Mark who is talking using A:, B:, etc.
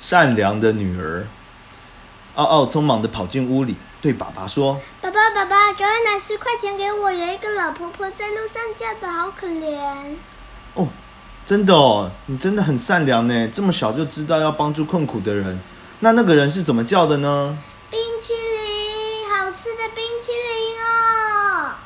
A: 善良的女儿。奥奥匆忙地跑进屋里，对爸爸说
B: 爸爸，爸爸，赶快拿十块钱给我，有一个老婆婆在路上叫的好可怜。：“
A: 哦，真的哦，你真的很善良呢，这么小就知道要帮助困苦的人。那那个人是怎么叫的呢？”
B: 冰淇淋，好吃的冰淇淋。哦